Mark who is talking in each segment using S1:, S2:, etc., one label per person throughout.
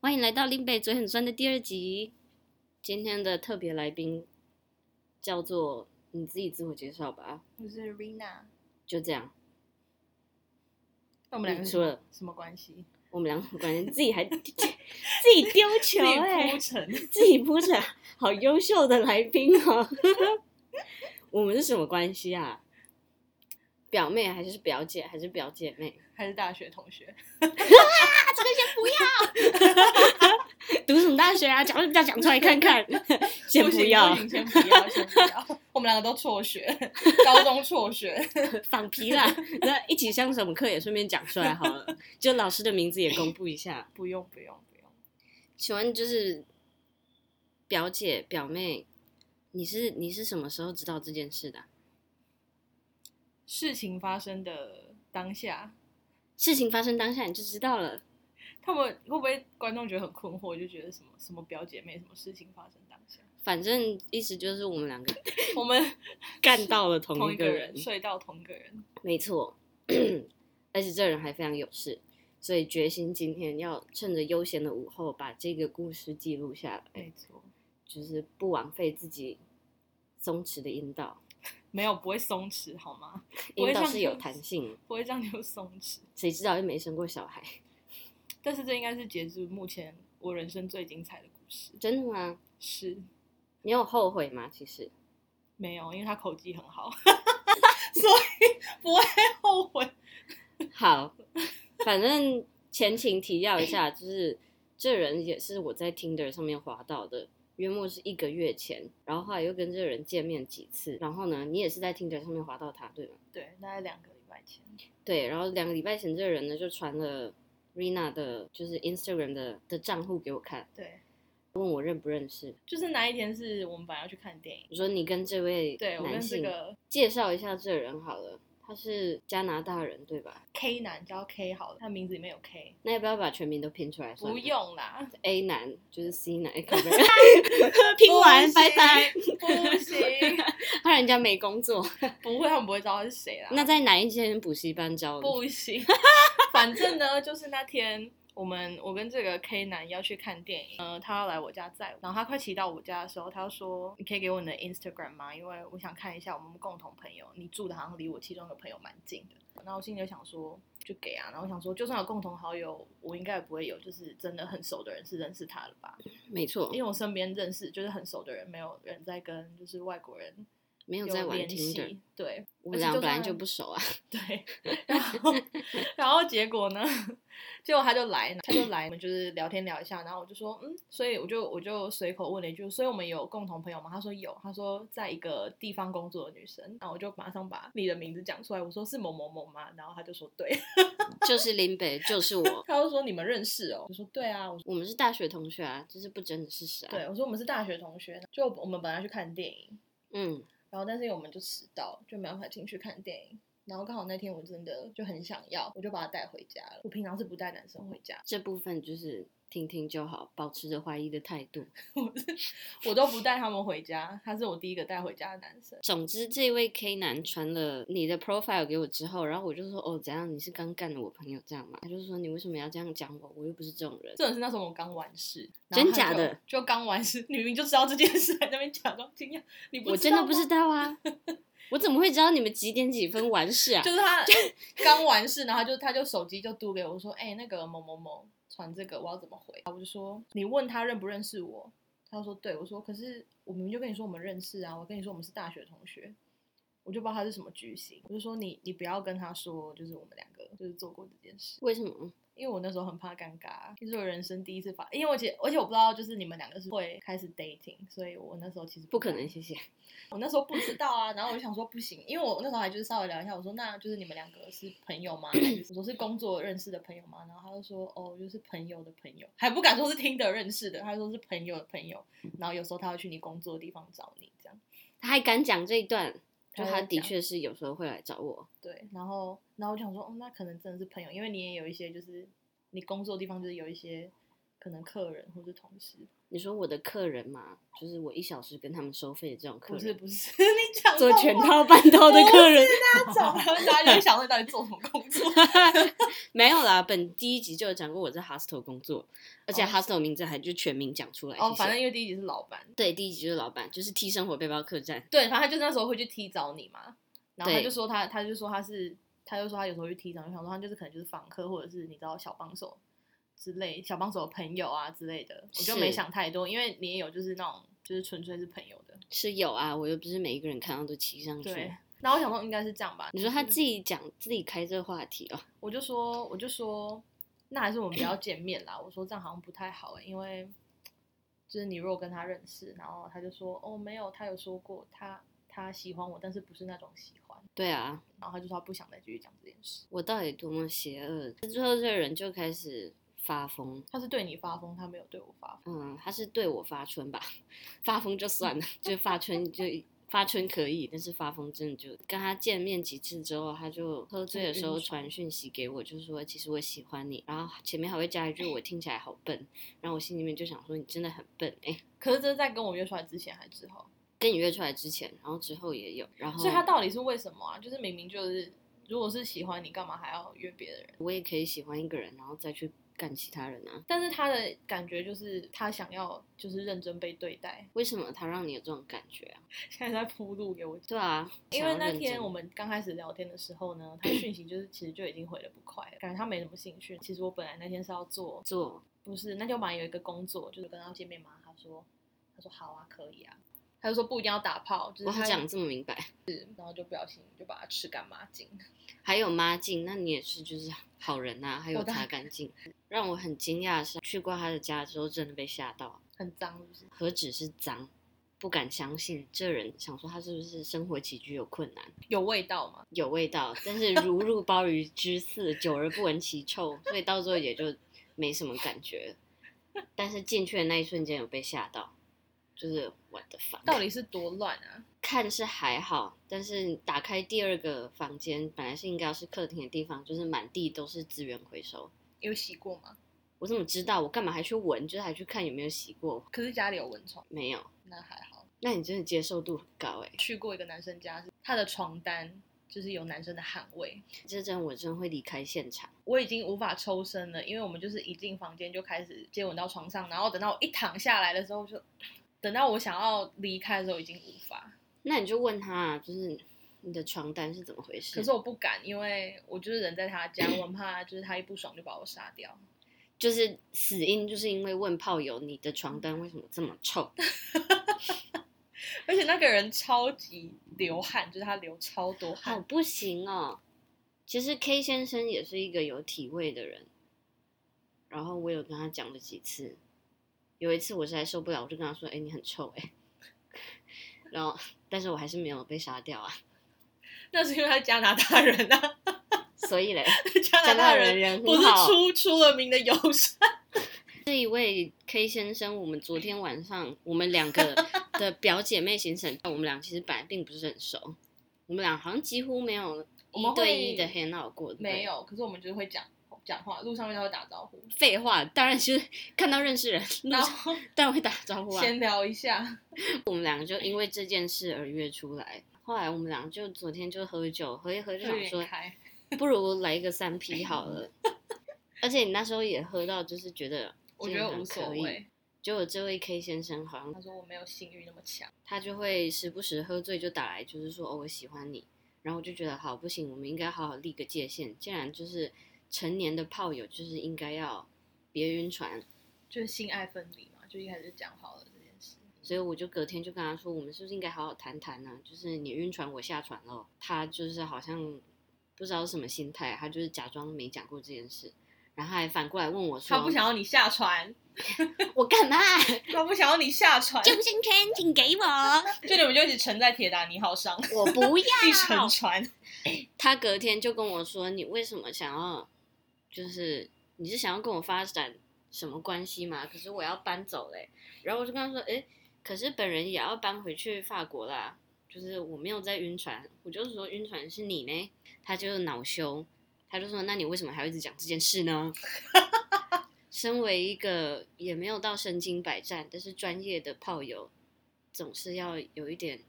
S1: 欢迎来到林北嘴很酸的第二集。今天的特别来宾叫做你自己自我介绍吧，
S2: 我是 Rina，
S1: 就这样。
S2: 那
S1: 我
S2: 我们两个
S1: 除
S2: 是
S1: 了
S2: 什么关系？
S1: 我们两个关系，自己还 自己丢球哎、
S2: 自己铺陈
S1: 自己铺陈，好优秀的来宾哦。 我们是什么关系啊？表妹还是表姐还是表姐妹？
S2: 还是大学同学？
S1: 读什么大学啊？讲不要讲出来看看？ 先
S2: 不
S1: 不
S2: 行
S1: 要
S2: 不，行先不要，先不要。 我们两个都辍学， 高中辍学。
S1: 仿皮啦。那一起上什么课也顺便讲出来好了，就老师的名字也公布一下。
S2: 不用不用不用，
S1: 请问就是表姐表妹，你是你是什么时候知道这件事的啊、
S2: 事情发生的当下，
S1: 事情发生当下你就知道了，
S2: 他们会不会观众觉得很困惑，就觉得什么什么表姐妹，什么事情发生当下？
S1: 反正意思就是我们两个
S2: 我们
S1: 干到了同
S2: 同
S1: 一
S2: 一
S1: 个
S2: 个
S1: 人
S2: 人，睡到同一个人，
S1: 没错，而且这人还非常有事，所以决心今天要趁着悠闲的午后把这个故事记录下来，
S2: 没错。
S1: 就是不枉费自己松弛的阴道，
S2: 没有不会松弛好吗？不
S1: 阴
S2: 会
S1: 道
S2: 像
S1: 是有 弹性，
S2: 不会这样就松弛。
S1: 谁知道又没生过小孩，
S2: 但是这应该是截至目前我人生最精彩的故事。
S1: 真的吗？
S2: 是
S1: 你有后悔吗？其实。
S2: 没有，因为他口技很好， 所以不会后悔。
S1: 好，反正前情提要一下，就是这人也是我在 Tinder 上面滑到的，约莫是一个月前，然后后来又跟这个人见面几次，然后呢，你也是在 Tinder 上面滑到他，对吗？
S2: 对，大概两个礼拜前，
S1: 对，然后两个礼拜前这个人呢就传了 Rina 的，就是 Instagram 的的账户给我看，
S2: 对，
S1: 问我认不认识。
S2: 就是那一天是我们本来要去看电影，
S1: 我说你跟这位
S2: 对我跟
S1: 男
S2: 这
S1: 性
S2: 个
S1: 介绍一下这个人好了，他是加拿大人对吧？
S2: K 男叫 K 好了，他名字里面有 K，
S1: 那要不要把全名都拼出来算了？
S2: 不 用啦，
S1: A 男就是 C 男，哎靠 北拼完拜拜。
S2: 不行，不行，
S1: 怕人家没工作，
S2: 不会，他们不会知道是谁啦。
S1: 那在哪一间补习班教的？
S2: 不行， 反正呢，就是那天我们我跟这个 K 男要去看电影，呃，他要来我家载我，然后他快骑到我家的时候，他就说：“你可以给我你的 Instagram 吗？因为我想看一下我们共同朋友，你住的好像离我其中一个朋友蛮近的。”然后我心里就想说，就给啊。然后我想说，就算有共同好友，我应该也不会有就是真的很熟的人是认识他的吧？
S1: 没错
S2: 因，为我身边认识就是很熟的人，没有人在跟就是外国人
S1: 没有在
S2: 有
S1: 玩
S2: 联
S1: Tinder，
S2: 系。对，
S1: 我们俩本来
S2: 而且就算
S1: 就不熟啊。
S2: 对，然后然后结果呢？ 结果他就来，他就来，我们就是聊天聊一下，然后我就说，嗯，所以我就我就随口问了一句，所以我们有共同朋友吗？他说有，他说在一个地方工作的女生，然后我就马上把你的名字讲出来，我说是某某某吗？然后他就说对，
S1: 就是林北，就是我，
S2: 他就说你们认识哦，我说对啊，我说
S1: 我们是大学同学啊，这是不争的事实啊。，
S2: 对，我说我们是大学同学，就我们本来要去看电影，
S1: 嗯，
S2: 然后但是因为我们就迟到，就没办法进去看电影。然后刚好那天我真的就很想要，我就把他带回家了。我平常是不带男生回家的
S1: 这部分就是听听就好，保持着怀疑的态度。
S2: 我都不带他们回家，他是我第一个带回家的男生。
S1: 总之，这位 K 男传了你的 profile 给我之后，然后我就说哦，怎样？你是刚干的我朋友这样吗？他就说你为什么要这样讲我？我又不是这种人。
S2: 这种是那时候我刚完事，
S1: 真
S2: 然后他
S1: 假
S2: 就
S1: 的？
S2: 就刚完事， 你明明就知道这件事，还在那边假装惊讶，你不
S1: 我
S2: 知
S1: 真
S2: 道
S1: 的不
S2: 吗
S1: 知，道 啊，我怎么会知道你们几点几分完事啊？
S2: 就是他 刚完事，然后他就他就手机就嘟给我说，哎、那个某某某传这个，我要怎么回？我就说你问他认不认识我，他就说对，我说可是我明明就跟你说我们认识啊，我跟你说我们是大学同学。我就不知道他是什么居心，我就说你你不要跟他说，就是我们两个就是做过这件事。
S1: 为什么？
S2: 因为我那时候很怕尴尬，这是我人生第一次发，因为我且而且我不知道就是你们两个是会开始 dating，所以我那时候其实
S1: 不可能，，谢谢。
S2: 我那时候不知道啊，然后我就想说不行，因为我那时候还就是稍微聊一下，我说那就是你们两个是朋友 吗？还是我说是工作认识的朋友吗？然后他就说哦，就是朋友的朋友，还不敢说是听的认识的，他说是朋友的朋友，
S1: 嗯
S2: 然后有时候他会去你工作的地方找你这样，
S1: 他还敢讲这一段，就
S2: 他
S1: 他
S2: 会
S1: 的
S2: 讲
S1: 确是有时候会来找我。
S2: 对，然后然后我就想说，哦，那可能真的是朋友，因为你也有一些就是你工作的地方就是有一些。可能客人或是同事，
S1: 你说我的客人嘛，就是我一小时跟他们收费的这种客
S2: 不啊是
S1: 人，
S2: 不是， 你讲
S1: 做
S2: 错
S1: 全
S2: 话
S1: 套半套的客人，
S2: 大家找，然后大家就会想问到底做什么工作。
S1: 没有啦。本第一集就有讲过我在 hostel 工作，而且
S2: 哦
S1: hostel 名字还就全名讲出来。
S2: 哦，
S1: 谢谢
S2: 反正因为第一集是老板，
S1: 对，第一集就是老板，就是 T 生活背包客栈。
S2: 对，反正他就那时候会去踢找你嘛，然后他
S1: 对
S2: 就说他，他就说他是，他就说他有时候去踢找，我想说他就是可能就是访客或者是你知道小帮手之类，小帮手的朋友啊之类的，我就是没想太多，因为你也有就是那种就是纯粹是朋友的，
S1: 是有啊，我又不是每一个人看到都骑上去
S2: 对。。然后我想说应该是这样吧，
S1: 你说他
S2: 就是
S1: 自己讲自己开这个话题哦，
S2: 我就说，我就说，那还是我们不要见面啦。我说这样好像不太好、欸，因为就是你如果跟他认识，然后他就说，哦，没有，他有说过他他喜欢我，但是不是那种喜欢，
S1: 对啊，
S2: 然后他就说他不想再继续讲这件事。
S1: 我到底多么邪恶？之后这个人就开始发疯，
S2: 他是对你发疯，他没有对我发疯。
S1: 嗯，他是对我发春吧，发疯就算了，就发春就发春可以，但是发疯真的就跟他见面几次之后，他就喝醉的时候
S2: 晕船
S1: 传讯息给我，就说其实我喜欢你，然后前面还会加一句我听起来好笨，然后我心里面就想说你真的很笨哎、
S2: 可是这是在跟我约出来之前还之后，
S1: 跟你约出来之前，然后之后也有，然后
S2: 所以他到底是为什么啊？就是明明就是，如果是喜欢你，干嘛还要约别的人？
S1: 我也可以喜欢一个人，然后再去干其他人啊？
S2: 但是他的感觉就是他想要就是认真被对待，
S1: 为什么他让你有这种感觉啊？
S2: 现在在铺路给我
S1: 对啊，
S2: 因
S1: 想
S2: 为
S1: 要
S2: 那
S1: 认
S2: 天
S1: 真
S2: 我们刚开始聊天的时候呢，他讯息就是其实就已经回的不快了，感觉他没什么兴趣。其实我本来那天是要做，
S1: 做
S2: 不是那天我本来有一个工作，就是跟他见面嘛，他说他说好啊，可以啊，他就说不一定要打炮，就是
S1: 哇，
S2: 他
S1: 哦他讲得这么明白，
S2: 然后就不小心就把它吃干抹净。
S1: 还有抹净，那你也是就是好人呐、还有
S2: 我当
S1: 擦干净。让我很惊讶的是，去过他的家之后，真的被吓到，
S2: 很脏，是不是？
S1: 何止是脏，不敢相信这人，想说他是不是生活起居有困难，
S2: 有味道吗？
S1: 有味道，但是如入鲍鱼之肆，久而不闻其臭，所以到最后也就没什么感觉。但是进去的那一瞬间有被吓到，就是我的房
S2: 到底是多乱啊！
S1: 看是还好，但是打开第二个房间，本来是应该要是客厅的地方，就是满地都是资源回收。
S2: 有洗过吗？
S1: 我怎么知道？我干嘛还去闻？就是还去看有没有洗过？
S2: 可是家里有蚊虫，
S1: 没有。
S2: 那还好。
S1: 那你真的接受度很高哎、
S2: 去过一个男生家，他的床单就是有男生的汗味，
S1: 这阵我真会离开现场。
S2: 我已经无法抽身了，因为我们就是一进房间就开始接吻到床上，然后等到我一躺下来的时候就，等到我想要离开的时候已经无法。
S1: 那你就问他、啊，就是你的床单是怎么回事？
S2: 可是我不敢，因为我就是人在他家，我很怕就是他一不爽就把我杀掉。
S1: 就是死因，就是因为问炮友你的床单为什么这么臭？
S2: 而且那个人超级流汗，就是他流超多
S1: 好
S2: 汗。
S1: 不行哦。其实 K 先生也是一个有体味的人，然后我有跟他讲了几次，有一次我实在受不了，我就跟他说：“哎、你很臭哎、然后，但是我还是没有被杀掉啊。
S2: 那是因为他是加拿大人啊，
S1: 所以嘞，
S2: 加拿
S1: 加拿
S2: 大
S1: 大人
S2: 人
S1: 人
S2: 不
S1: 很
S2: 是
S1: 好。
S2: 出出了名的友善。
S1: 这一位 K 先生，我们昨天晚上我们两个的表姐妹行程，我们俩其实本来并不是很熟，我们俩好像几乎没有
S2: 我
S1: 一
S2: 们
S1: 对一
S2: 会
S1: 的 hang out 过，对不对
S2: 没。有，可是我们就是会讲讲话，路上面他会打招呼，
S1: 废话，当然是看到认识人，那
S2: 然后
S1: 当然会打招呼啊。
S2: 闲聊一下。
S1: 我们两个就因为这件事而约出来，后来我们俩就昨天就喝酒，喝一喝就
S2: 就有
S1: 想
S2: 点
S1: 说，
S2: 开。
S1: 不如来一个三 P 好了。而且你那时候也喝到，就是觉得
S2: 我觉得
S1: 这个
S2: 无所
S1: 可以
S2: 谓。
S1: 结果这位 K 先生好像
S2: 他说我没有性欲那么强，
S1: 他就会时不时喝醉就打来，就是说哦我喜欢你，然后我就觉得好不行，我们应该好好立个界限。既然就是成年的炮友，就是应该要别晕船，
S2: 就是性爱分离嘛，就一开始就讲好了这件事。
S1: 所以我就隔天就跟他说，我们是不是应该好好谈谈呢？就是你晕船，我下船喽。他就是好像不知道是什么心态，他就是假装没讲过这件事，然后还反过来问我说，
S2: 他不想要你下船，
S1: 我干嘛？
S2: 他不想要你下船，就
S1: 救生圈请给我，
S2: 你们就一直沉在铁达尼号上，
S1: 我不要。
S2: 一沉船。
S1: 他隔天就跟我说，你为什么想要，就是你是想要跟我发展什么关系吗？可是我要搬走嘞、然后我就跟他说，诶，可是本人也要搬回去法国啦，就是我没有在晕船，我就是说晕船是你呢，他就恼羞，他就说，那你为什么还要一直讲这件事呢？ 身为一个也没有到身经百战，但是专业的炮友，总是要有一点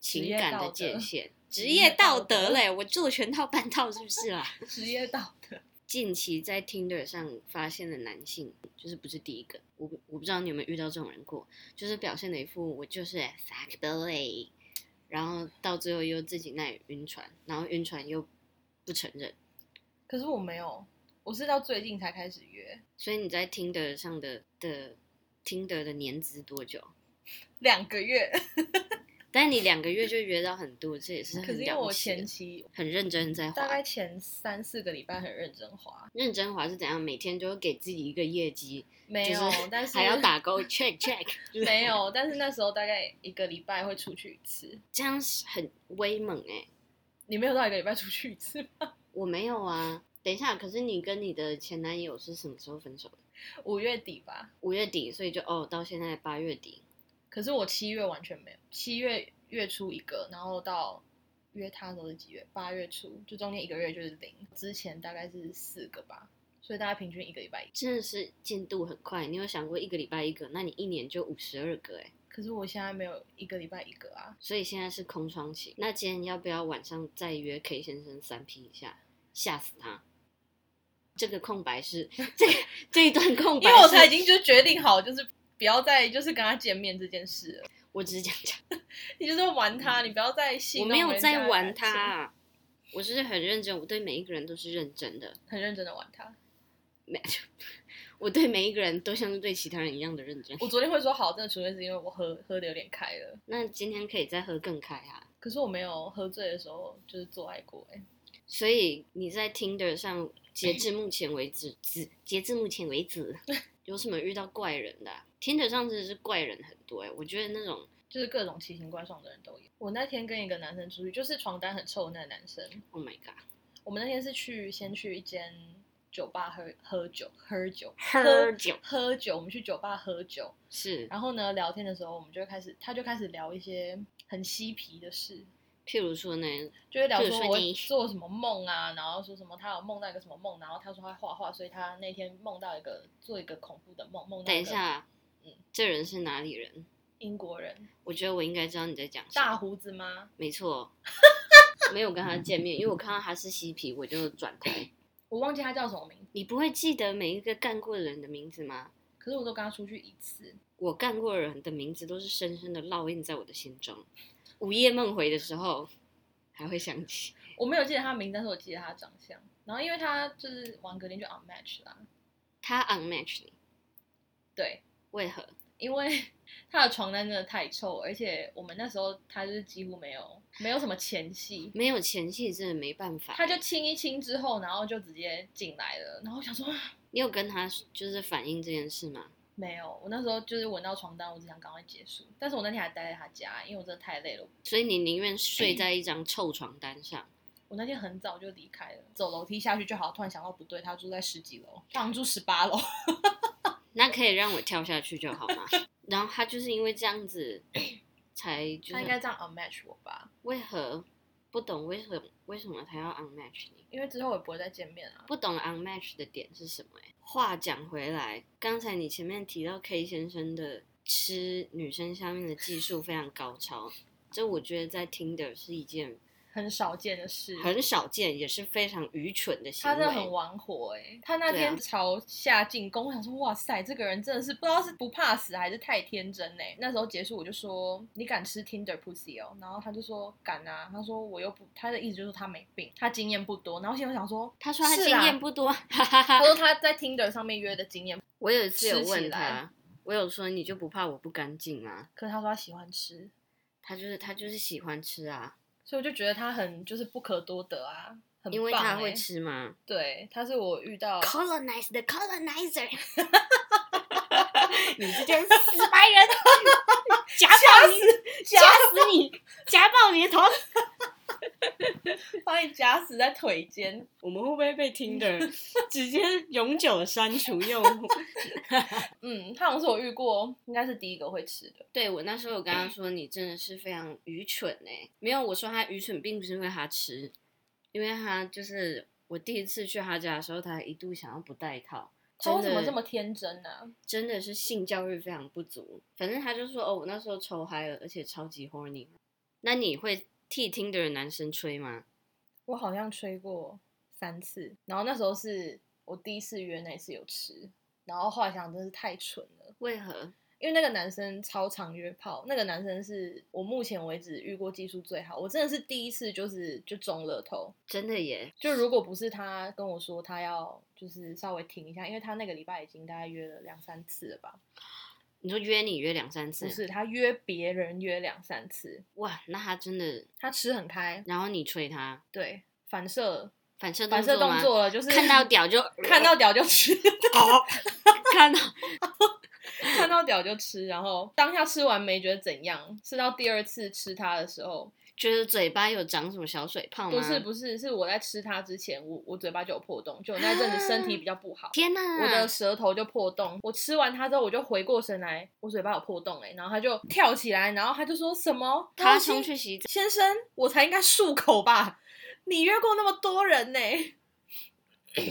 S1: 情感的界限，职
S2: 嗯
S1: 业道德嘞，我做全套半套是不是啦？
S2: 职业道 德。
S1: 近期在 Tinder 上发现的男性，就是不是第一个，我不我不知道你有没有遇到这种人过，就是表现的一副我就是 fuck boy，然后到最后又自己那里晕船，然后晕船又不承认，
S2: 可是我没有，我是到最近才开始约，
S1: 所以你在 Tinder 上的的 Tinder 的年资多久？
S2: 两个月。
S1: 但你两个月就约到很多，这也是
S2: 可
S1: 很
S2: 是因为
S1: 嗯了不
S2: 我
S1: 起的
S2: 前期
S1: 很认真在
S2: 大
S1: 滑
S2: 概，前三四个礼拜很认真滑，
S1: 认真滑是怎样？每天都给自己一个业绩，
S2: 没有，
S1: 就是
S2: 但是
S1: 还要打勾 check check，就是
S2: 没有，但是那时候大概一个礼拜会出去一次。
S1: 这样是很威猛哎、
S2: 你没有到一个礼拜出去一次吗？
S1: 我没有啊，等一下，可是你跟你的前男友是什么时候分手的？
S2: 五月底吧，
S1: 五月底，所以就哦，到现在八月底，
S2: 可是我七月完全没有，七月月初一个，然后到约他的时候是几月？八月初，就中间一个月就是零。之前大概是四个吧，所以大概平均一个礼拜一。
S1: 真的是进度很快。你有想过一个礼拜一个，那你一年就五十二个哎、
S2: 可是我现在没有一个礼拜一个啊，
S1: 所以现在是空窗期。那今天要不要晚上再约 K 先生三 P 一下，吓死他？这个空白是这个这一段空白
S2: 因
S1: 是，
S2: 为我才已经就决定好，就是不要再就是跟他见面这件事了。
S1: 我只是讲讲，
S2: 你就是玩他，你不要再戏
S1: 我
S2: 弄
S1: 没有
S2: 人家的
S1: 在玩
S2: 感情，
S1: 他，我是很认真，我对每一个人都是认真的，
S2: 很认真的玩他。
S1: 没，我对每一个人都像是对其他人一样的认真。
S2: 我昨天会说好，真的纯粹是因为我喝喝的有点开了，
S1: 那今天可以再喝更开啊。
S2: 可是我没有喝醉的时候就是做爱过、哎，
S1: 所以你在 Tinder 上，截至目前为止，只截至目前为止， 有什么遇到怪人的、啊、？Tinder 上真的是怪人很多哎、我觉得那种
S2: 就是各种奇形怪状的人都有。我那天跟一个男生出去，就是床单很臭的那个男生，
S1: ，Oh my god，
S2: 我们那天是去先去一间酒吧喝喝酒，喝酒，
S1: 喝酒
S2: 喝酒，我们去酒吧喝酒，
S1: 是，
S2: 然后呢聊天的时候，我们就会开始，他就开始聊一些很嬉皮的事，
S1: 譬如说呢，
S2: 就会聊
S1: 就
S2: 说
S1: 是说
S2: 我
S1: 你
S2: 做什么梦啊，然后说什么他有梦到一个什么梦，然后他说他画画，所以他那天梦到一个做一个恐怖的梦，梦到
S1: 等
S2: 一
S1: 一
S2: 个
S1: 下
S2: 嗯，
S1: 这人是哪里人？
S2: 英国人
S1: 我觉得我应该知道你在讲什
S2: 大
S1: 么，
S2: 胡子吗？
S1: 没错，没有跟他见面，因为我看到他是嬉皮，我就转台。
S2: 我忘记他叫什么名字，
S1: 你不会记得每一个干过的人的名字吗？
S2: 可是我都跟他出去一次，
S1: 我干过的人的名字都是深深的烙印在我的心中。午夜梦回的时候还会想起。
S2: 我没有记得他名字，但是我记得他长相。然后因为他就是王格林就 unmatch 啦，
S1: 他 unmatch 你，
S2: 对，
S1: 为何？
S2: 因为 他的床单真的太臭，而且我们那时候他就是几乎没有没有什么前戏，
S1: 没有前戏真的没办法。
S2: 他就亲一亲之后，然后就直接进来了，然后我想说。
S1: 你有跟他就是反映这件事吗？
S2: 没有，我那时候就是闻到床单，我只想赶快结束。但是我那天还待在他家，因为我真的太累了。
S1: 所以你宁愿睡在一张臭床单上，
S2: 我那天很早就离开了，走楼梯下去就好。突然想到不对，他住在十几楼，他好像住十八楼。
S1: 那可以让我跳下去就好吗？ 然后他就是因为这样子，才就
S2: 他应该
S1: 是
S2: 这样 unmatch 我吧，
S1: 为何不懂为什么为什么他要 unmatch 你？
S2: 因为之后也不会再见面啊。
S1: 不懂 unmatch 的点是什么、欸？话讲回来，刚才你前面提到 K 先生的吃女生下面的技术非常高超，这我觉得在 Tinder 是一件
S2: 很少见的事，
S1: 很少见，也是非常愚蠢的行
S2: 他真的很
S1: 为。
S2: 玩火哎、他那
S1: 对啊
S2: 天朝下进攻，我想说哇塞，这个人真的是不知道是不怕死还是太天真哎、那时候结束我就说你敢吃 Tinder pussy 哦，然后他就说敢啊，他说我又不，他的意思就是他没病，他经验不多。然后心里想说，
S1: 他说他经
S2: 是啊
S1: 验不多，哈哈
S2: 他
S1: 哈。
S2: 说他在 Tinder 上面约的经验，
S1: 我有一次有
S2: 吃起
S1: 问
S2: 来
S1: 他，我有说你就不怕我不干净吗？
S2: 可是他说他喜欢吃，
S1: 他就是他就是喜欢吃啊，
S2: 所以我就觉得他很就是不可多得啊，很棒、欸、
S1: 因为他会，吃嘛。
S2: 对，他是我遇
S1: 哦
S2: 到
S1: Colonize the colonizer，你这件死白人， 夹爆你！ 夹死你，夹爆你的头！
S2: 把你夹死在腿间，
S1: 我们会不会被 Tinder 直接永久删除用户？
S2: 嗯，他好像是我遇过，应该是第一个会吃的。
S1: 对我那时候有跟他说，你真的是非常愚蠢哎、没有，我说他愚蠢，并不是因为他吃，因为他就是我第一次去他家的时候，他还一度想要不带套，
S2: 他为什么
S1: 真的
S2: 这么天真呢、啊？
S1: 真的是性教育非常不足。反正他就说，哦，我那时候抽嗨了，而且超级 horny。那你会替听的男生吹吗？
S2: 我好像吹过三次，然后那时候是我第一次约，那一次有吃，然后后来想真是太蠢了，
S1: 为何？
S2: 因为那个男生超常约炮，那个男生是我目前为止遇过技术最好，我真的是第一次就是就中了头，
S1: 真的耶，
S2: 就如果不是他跟我说他要就是稍微停一下，因为他那个礼拜已经大概约了两三次了吧，
S1: 你说约你约两三次
S2: 不，是他约别人约两三次，
S1: 哇，那他真的，
S2: 他吃很开，
S1: 然后你吹他，
S2: 对反射
S1: 反射
S2: 反射动
S1: 吗？
S2: 作了，就是
S1: 看到屌就
S2: 看到屌就吃，
S1: 看到，
S2: 看到屌就吃，然后当下吃完没觉得怎样，吃到第二次吃它的时候，
S1: 觉得嘴巴有长什么小水泡吗？
S2: 不是不是，是我在吃它之前，我我嘴巴就有破洞，就我那阵子身体比较不好。
S1: 天哪，
S2: 我的舌头就破洞，我吃完它之后，我就回过神来，我嘴巴有破洞哎、欸，然后他就跳起来，然后他就说什么？
S1: 他
S2: 高兴
S1: 冲去洗澡，
S2: 先生，我才应该漱口吧？你约过那么多人呢、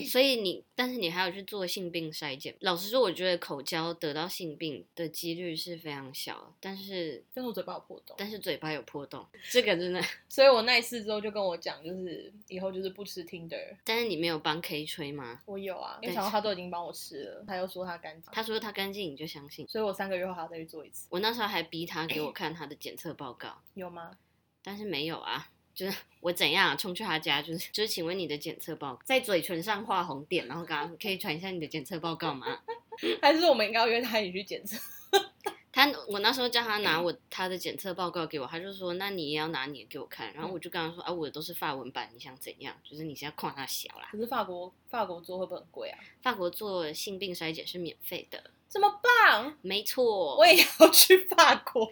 S1: 所以你，但是你还有去做性病筛检。老实说，我觉得口交得到性病的几率是非常小，但是
S2: 但是我嘴巴有破洞，
S1: 但是嘴巴有破洞，这个真的。
S2: 所以我那一次之后就跟我讲，就是以后就是不吃 Tinder。
S1: 但是你没有帮 K 吹吗？
S2: 我有啊，因为
S1: 对
S2: 想到他都已经帮我吃了，他又说他干净，
S1: 他说他干净，你就相信。
S2: 所以我三个月后还要再去做一次，
S1: 我那时候还逼他给我看他的检测报告，
S2: 有吗？
S1: 但是没有啊。就是我怎样、啊、冲去他家，就是就是，请问你的检测报告在嘴唇上画红点，然后刚刚可以传一下你的检测报告吗？
S2: 还是我们应该要约他一起去检测？
S1: 他我那时候叫他拿我他的检测报告给我，他就说那你也要拿你的给我看，然后我就跟他说啊，我的都是法文版，你想怎样？就是你现在夸他小啦，
S2: 可是法国法国做会不会很贵啊？
S1: 法国做性病筛检是免费的，
S2: 这么棒，
S1: 没错。
S2: 我也要去法国。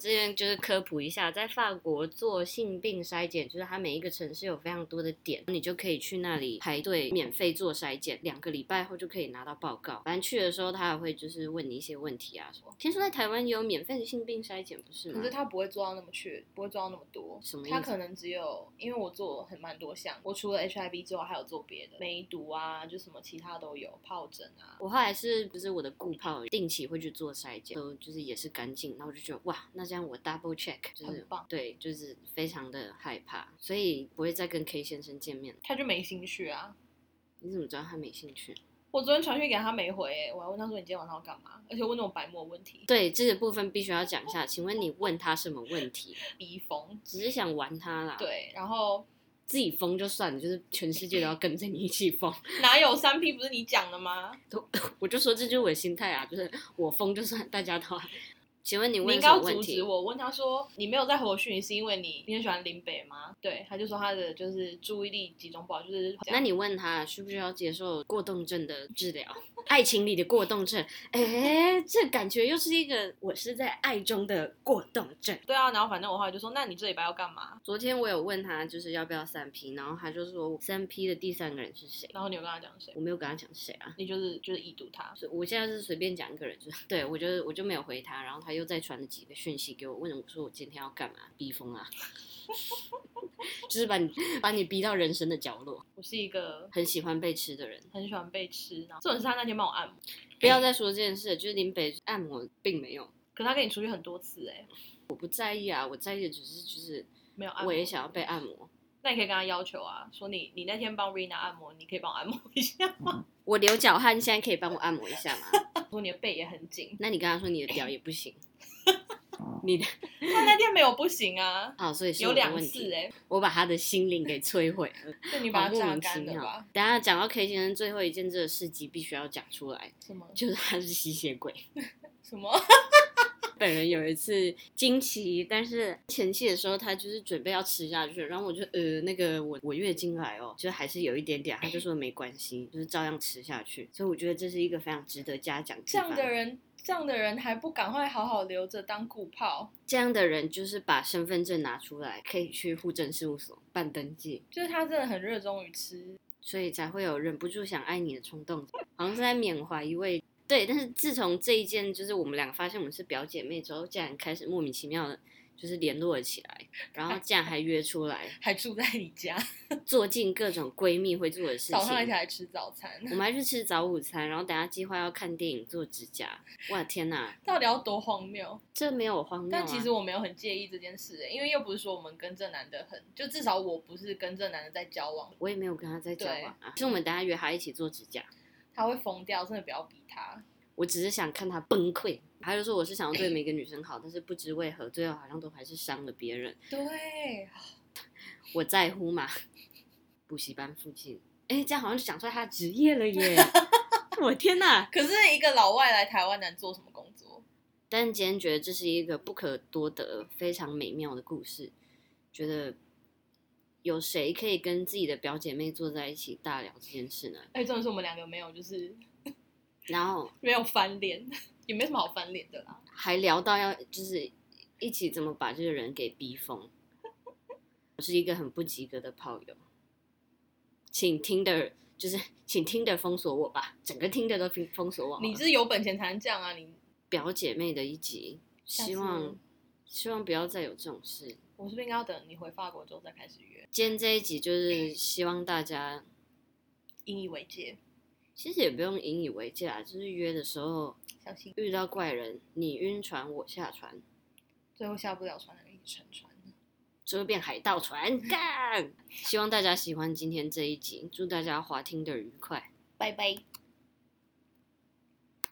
S1: 这边就是科普一下，在法国做性病筛检，就是它每一个城市有非常多的点，你就可以去那里排队免费做筛检，两个礼拜后就可以拿到报告。反正去的时候他还会就是问你一些问题啊什么。听说在台湾也有免费的性病筛检，不是吗
S2: 可是？他不会做到那么去，不会做到那么多。
S1: 什么意思
S2: 他可能只有，因为我做很蛮多项，我除了 HIV 之外，还有做别的，梅毒啊，就什么其他都有，疱疹啊。
S1: 我后来是不是我的顾炮定期会去做筛检，都就是也是干净，然后我就觉得哇，那这样我 double check 就
S2: 很
S1: 是
S2: 棒
S1: 对，就是非常的害怕，所以不会再跟 K 先生见面。
S2: 他就没兴趣啊！
S1: 你怎么知道他没兴趣？啊
S2: 我昨天传讯给他没回、欸，我还问他说你今天晚上要干嘛，而且问那种白目的问题，
S1: 对这个部分必须要讲一下，请问你问他什么问题？
S2: 逼疯。
S1: 只是想玩他啦，，
S2: 对，然后
S1: 自己疯就算了，就是全世界都要跟着你一起疯。
S2: 哪有三 P 不是你讲的吗？
S1: 我就说这就是我的心态啊，就是我疯就算大家都要。请问你
S2: 你
S1: 问
S2: 应
S1: 什
S2: 该
S1: 么
S2: 要
S1: 问
S2: 阻止
S1: 题？
S2: 我，问他说你没有在回我讯息是因为你你很喜欢林北吗？对，他就说他的就是注意力集中不好，就是这
S1: 哦那
S2: 样
S1: 你问他需不需要接受过动症的治疗？爱情里的过动症，哎，这感觉又是一个我是在爱中的过动症。
S2: 对啊，然后反正我后来就说那你这礼拜要干嘛？
S1: 昨天我有问他就是要不要三 P，然后他就说三 P 的第三个人是谁？
S2: 然后你有跟他讲谁？
S1: 我没有跟他讲谁啊。
S2: 你就是就是已读他，
S1: 所以我现在是随便讲一个人，就是 对我就我就没有回他，然后他又再传了几个讯息给我，问我说我今天要干嘛，逼疯啊， 就是把你把你逼到人生的角落。
S2: 我是一个
S1: 很喜欢被吃的人，
S2: 很喜欢被吃，然后这种是他那天帮我按摩，
S1: 不
S2: 哎
S1: 要再说这件事了，就是林北按摩并没有，
S2: 可是他跟你出去很多次哎、
S1: 我不在意啊，我在意的只是就是
S2: 没有按摩。
S1: 我也想要被按摩，
S2: 那你可以跟他要求啊，说你你那天帮 Rina 按摩，你可以帮我按摩一下 吗？
S1: 我流脚汗，现在可以帮我按摩一下吗？
S2: 说你的背也很紧，
S1: 那你跟他说你的屌也不 行，你的
S2: 他那天没有不行啊，
S1: 好，所以是
S2: 有
S1: 我的
S2: 两
S1: 问
S2: 次
S1: 题，
S2: 哎、
S1: 我把他的心灵给摧毁了。
S2: 就你把
S1: 好
S2: 它
S1: 莫
S2: 榨
S1: 名其
S2: 干了
S1: 妙
S2: 吧？。
S1: 等一下讲到 K 先生最后一件这个事迹，必须要讲出来，
S2: 什么
S1: 就是他是吸血鬼。
S2: 什么？
S1: 本人有一次经期，但是前期的时候他就是准备要吃下去，然后我就呃那个我我月经来哦，就还是有一点点，他就说没关系，就是照样吃下去。所以我觉得这是一个非常值得嘉奖。
S2: 这样的，人，这样的人还不赶快好好留着当顾炮？
S1: 这样的人就是把身份证拿出来，可以去户政事务所办登记。
S2: 就是他真的很热衷于吃，
S1: 所以才会有忍不住想爱你的冲动，好像是在缅怀一位。对，但是自从这一件就是我们两个发现我们是表姐妹之后，竟然开始莫名其妙的就是联络了起来，然后竟然还约出来，
S2: 还住在你家，
S1: 做尽各种闺蜜会做的事
S2: 早上一起
S1: 情。
S2: 来吃早餐，
S1: 我们还去吃早午餐，然后等下计划要看电影、做指甲。哇，天哪，
S2: 到底要多荒谬？
S1: 这没有荒谬啊！
S2: 但其实我没有很介意这件事、欸，因为又不是说我们跟这男的很，就至少我不是跟这男的在交往，
S1: 我也没有跟他在交往啊。其实我们等下约他一起做指甲，
S2: 他会疯掉，真的不要逼他。
S1: 我只是想看他崩溃。还有说我是想要 对每个女生好，但是不知为何最后好像都还是伤了别人。
S2: 对，
S1: 我在乎嘛。补习班附近，哎，这样好像就讲出来他的职业了 耶！我天哪！
S2: 可是一个老外来台湾能做什么工作？
S1: 但今天觉得这是一个不可多得、非常美妙的故事，觉得有谁可以跟自己的表姐妹坐在一起大聊这件事呢？
S2: 哎、重点是我们两个没有，就是
S1: 然后
S2: 没有翻脸，也没什么好翻脸的啦。
S1: 还聊到要就是一起怎么把这个人给逼疯。我是一个很不及格的炮友，请听的，就是请听的封锁我吧，整个听的都封封锁我好了。
S2: 你是有本钱才能这样啊！你
S1: 表姐妹的一集，
S2: 下次
S1: 希望希望不要再有这种事。
S2: 我是不是应该要等你回法国之后再开始约？
S1: 今天这一集就是希望大家，
S2: 引以为戒，
S1: 其实也不用引以为戒啊，就是约的时候
S2: 小心
S1: 遇到怪人，你晕船我下船，
S2: 最后下不了船的人一起沉船。
S1: 就会变海盗船 干。希望大家喜欢今天这一集，祝大家滑听的愉快。
S2: 拜拜。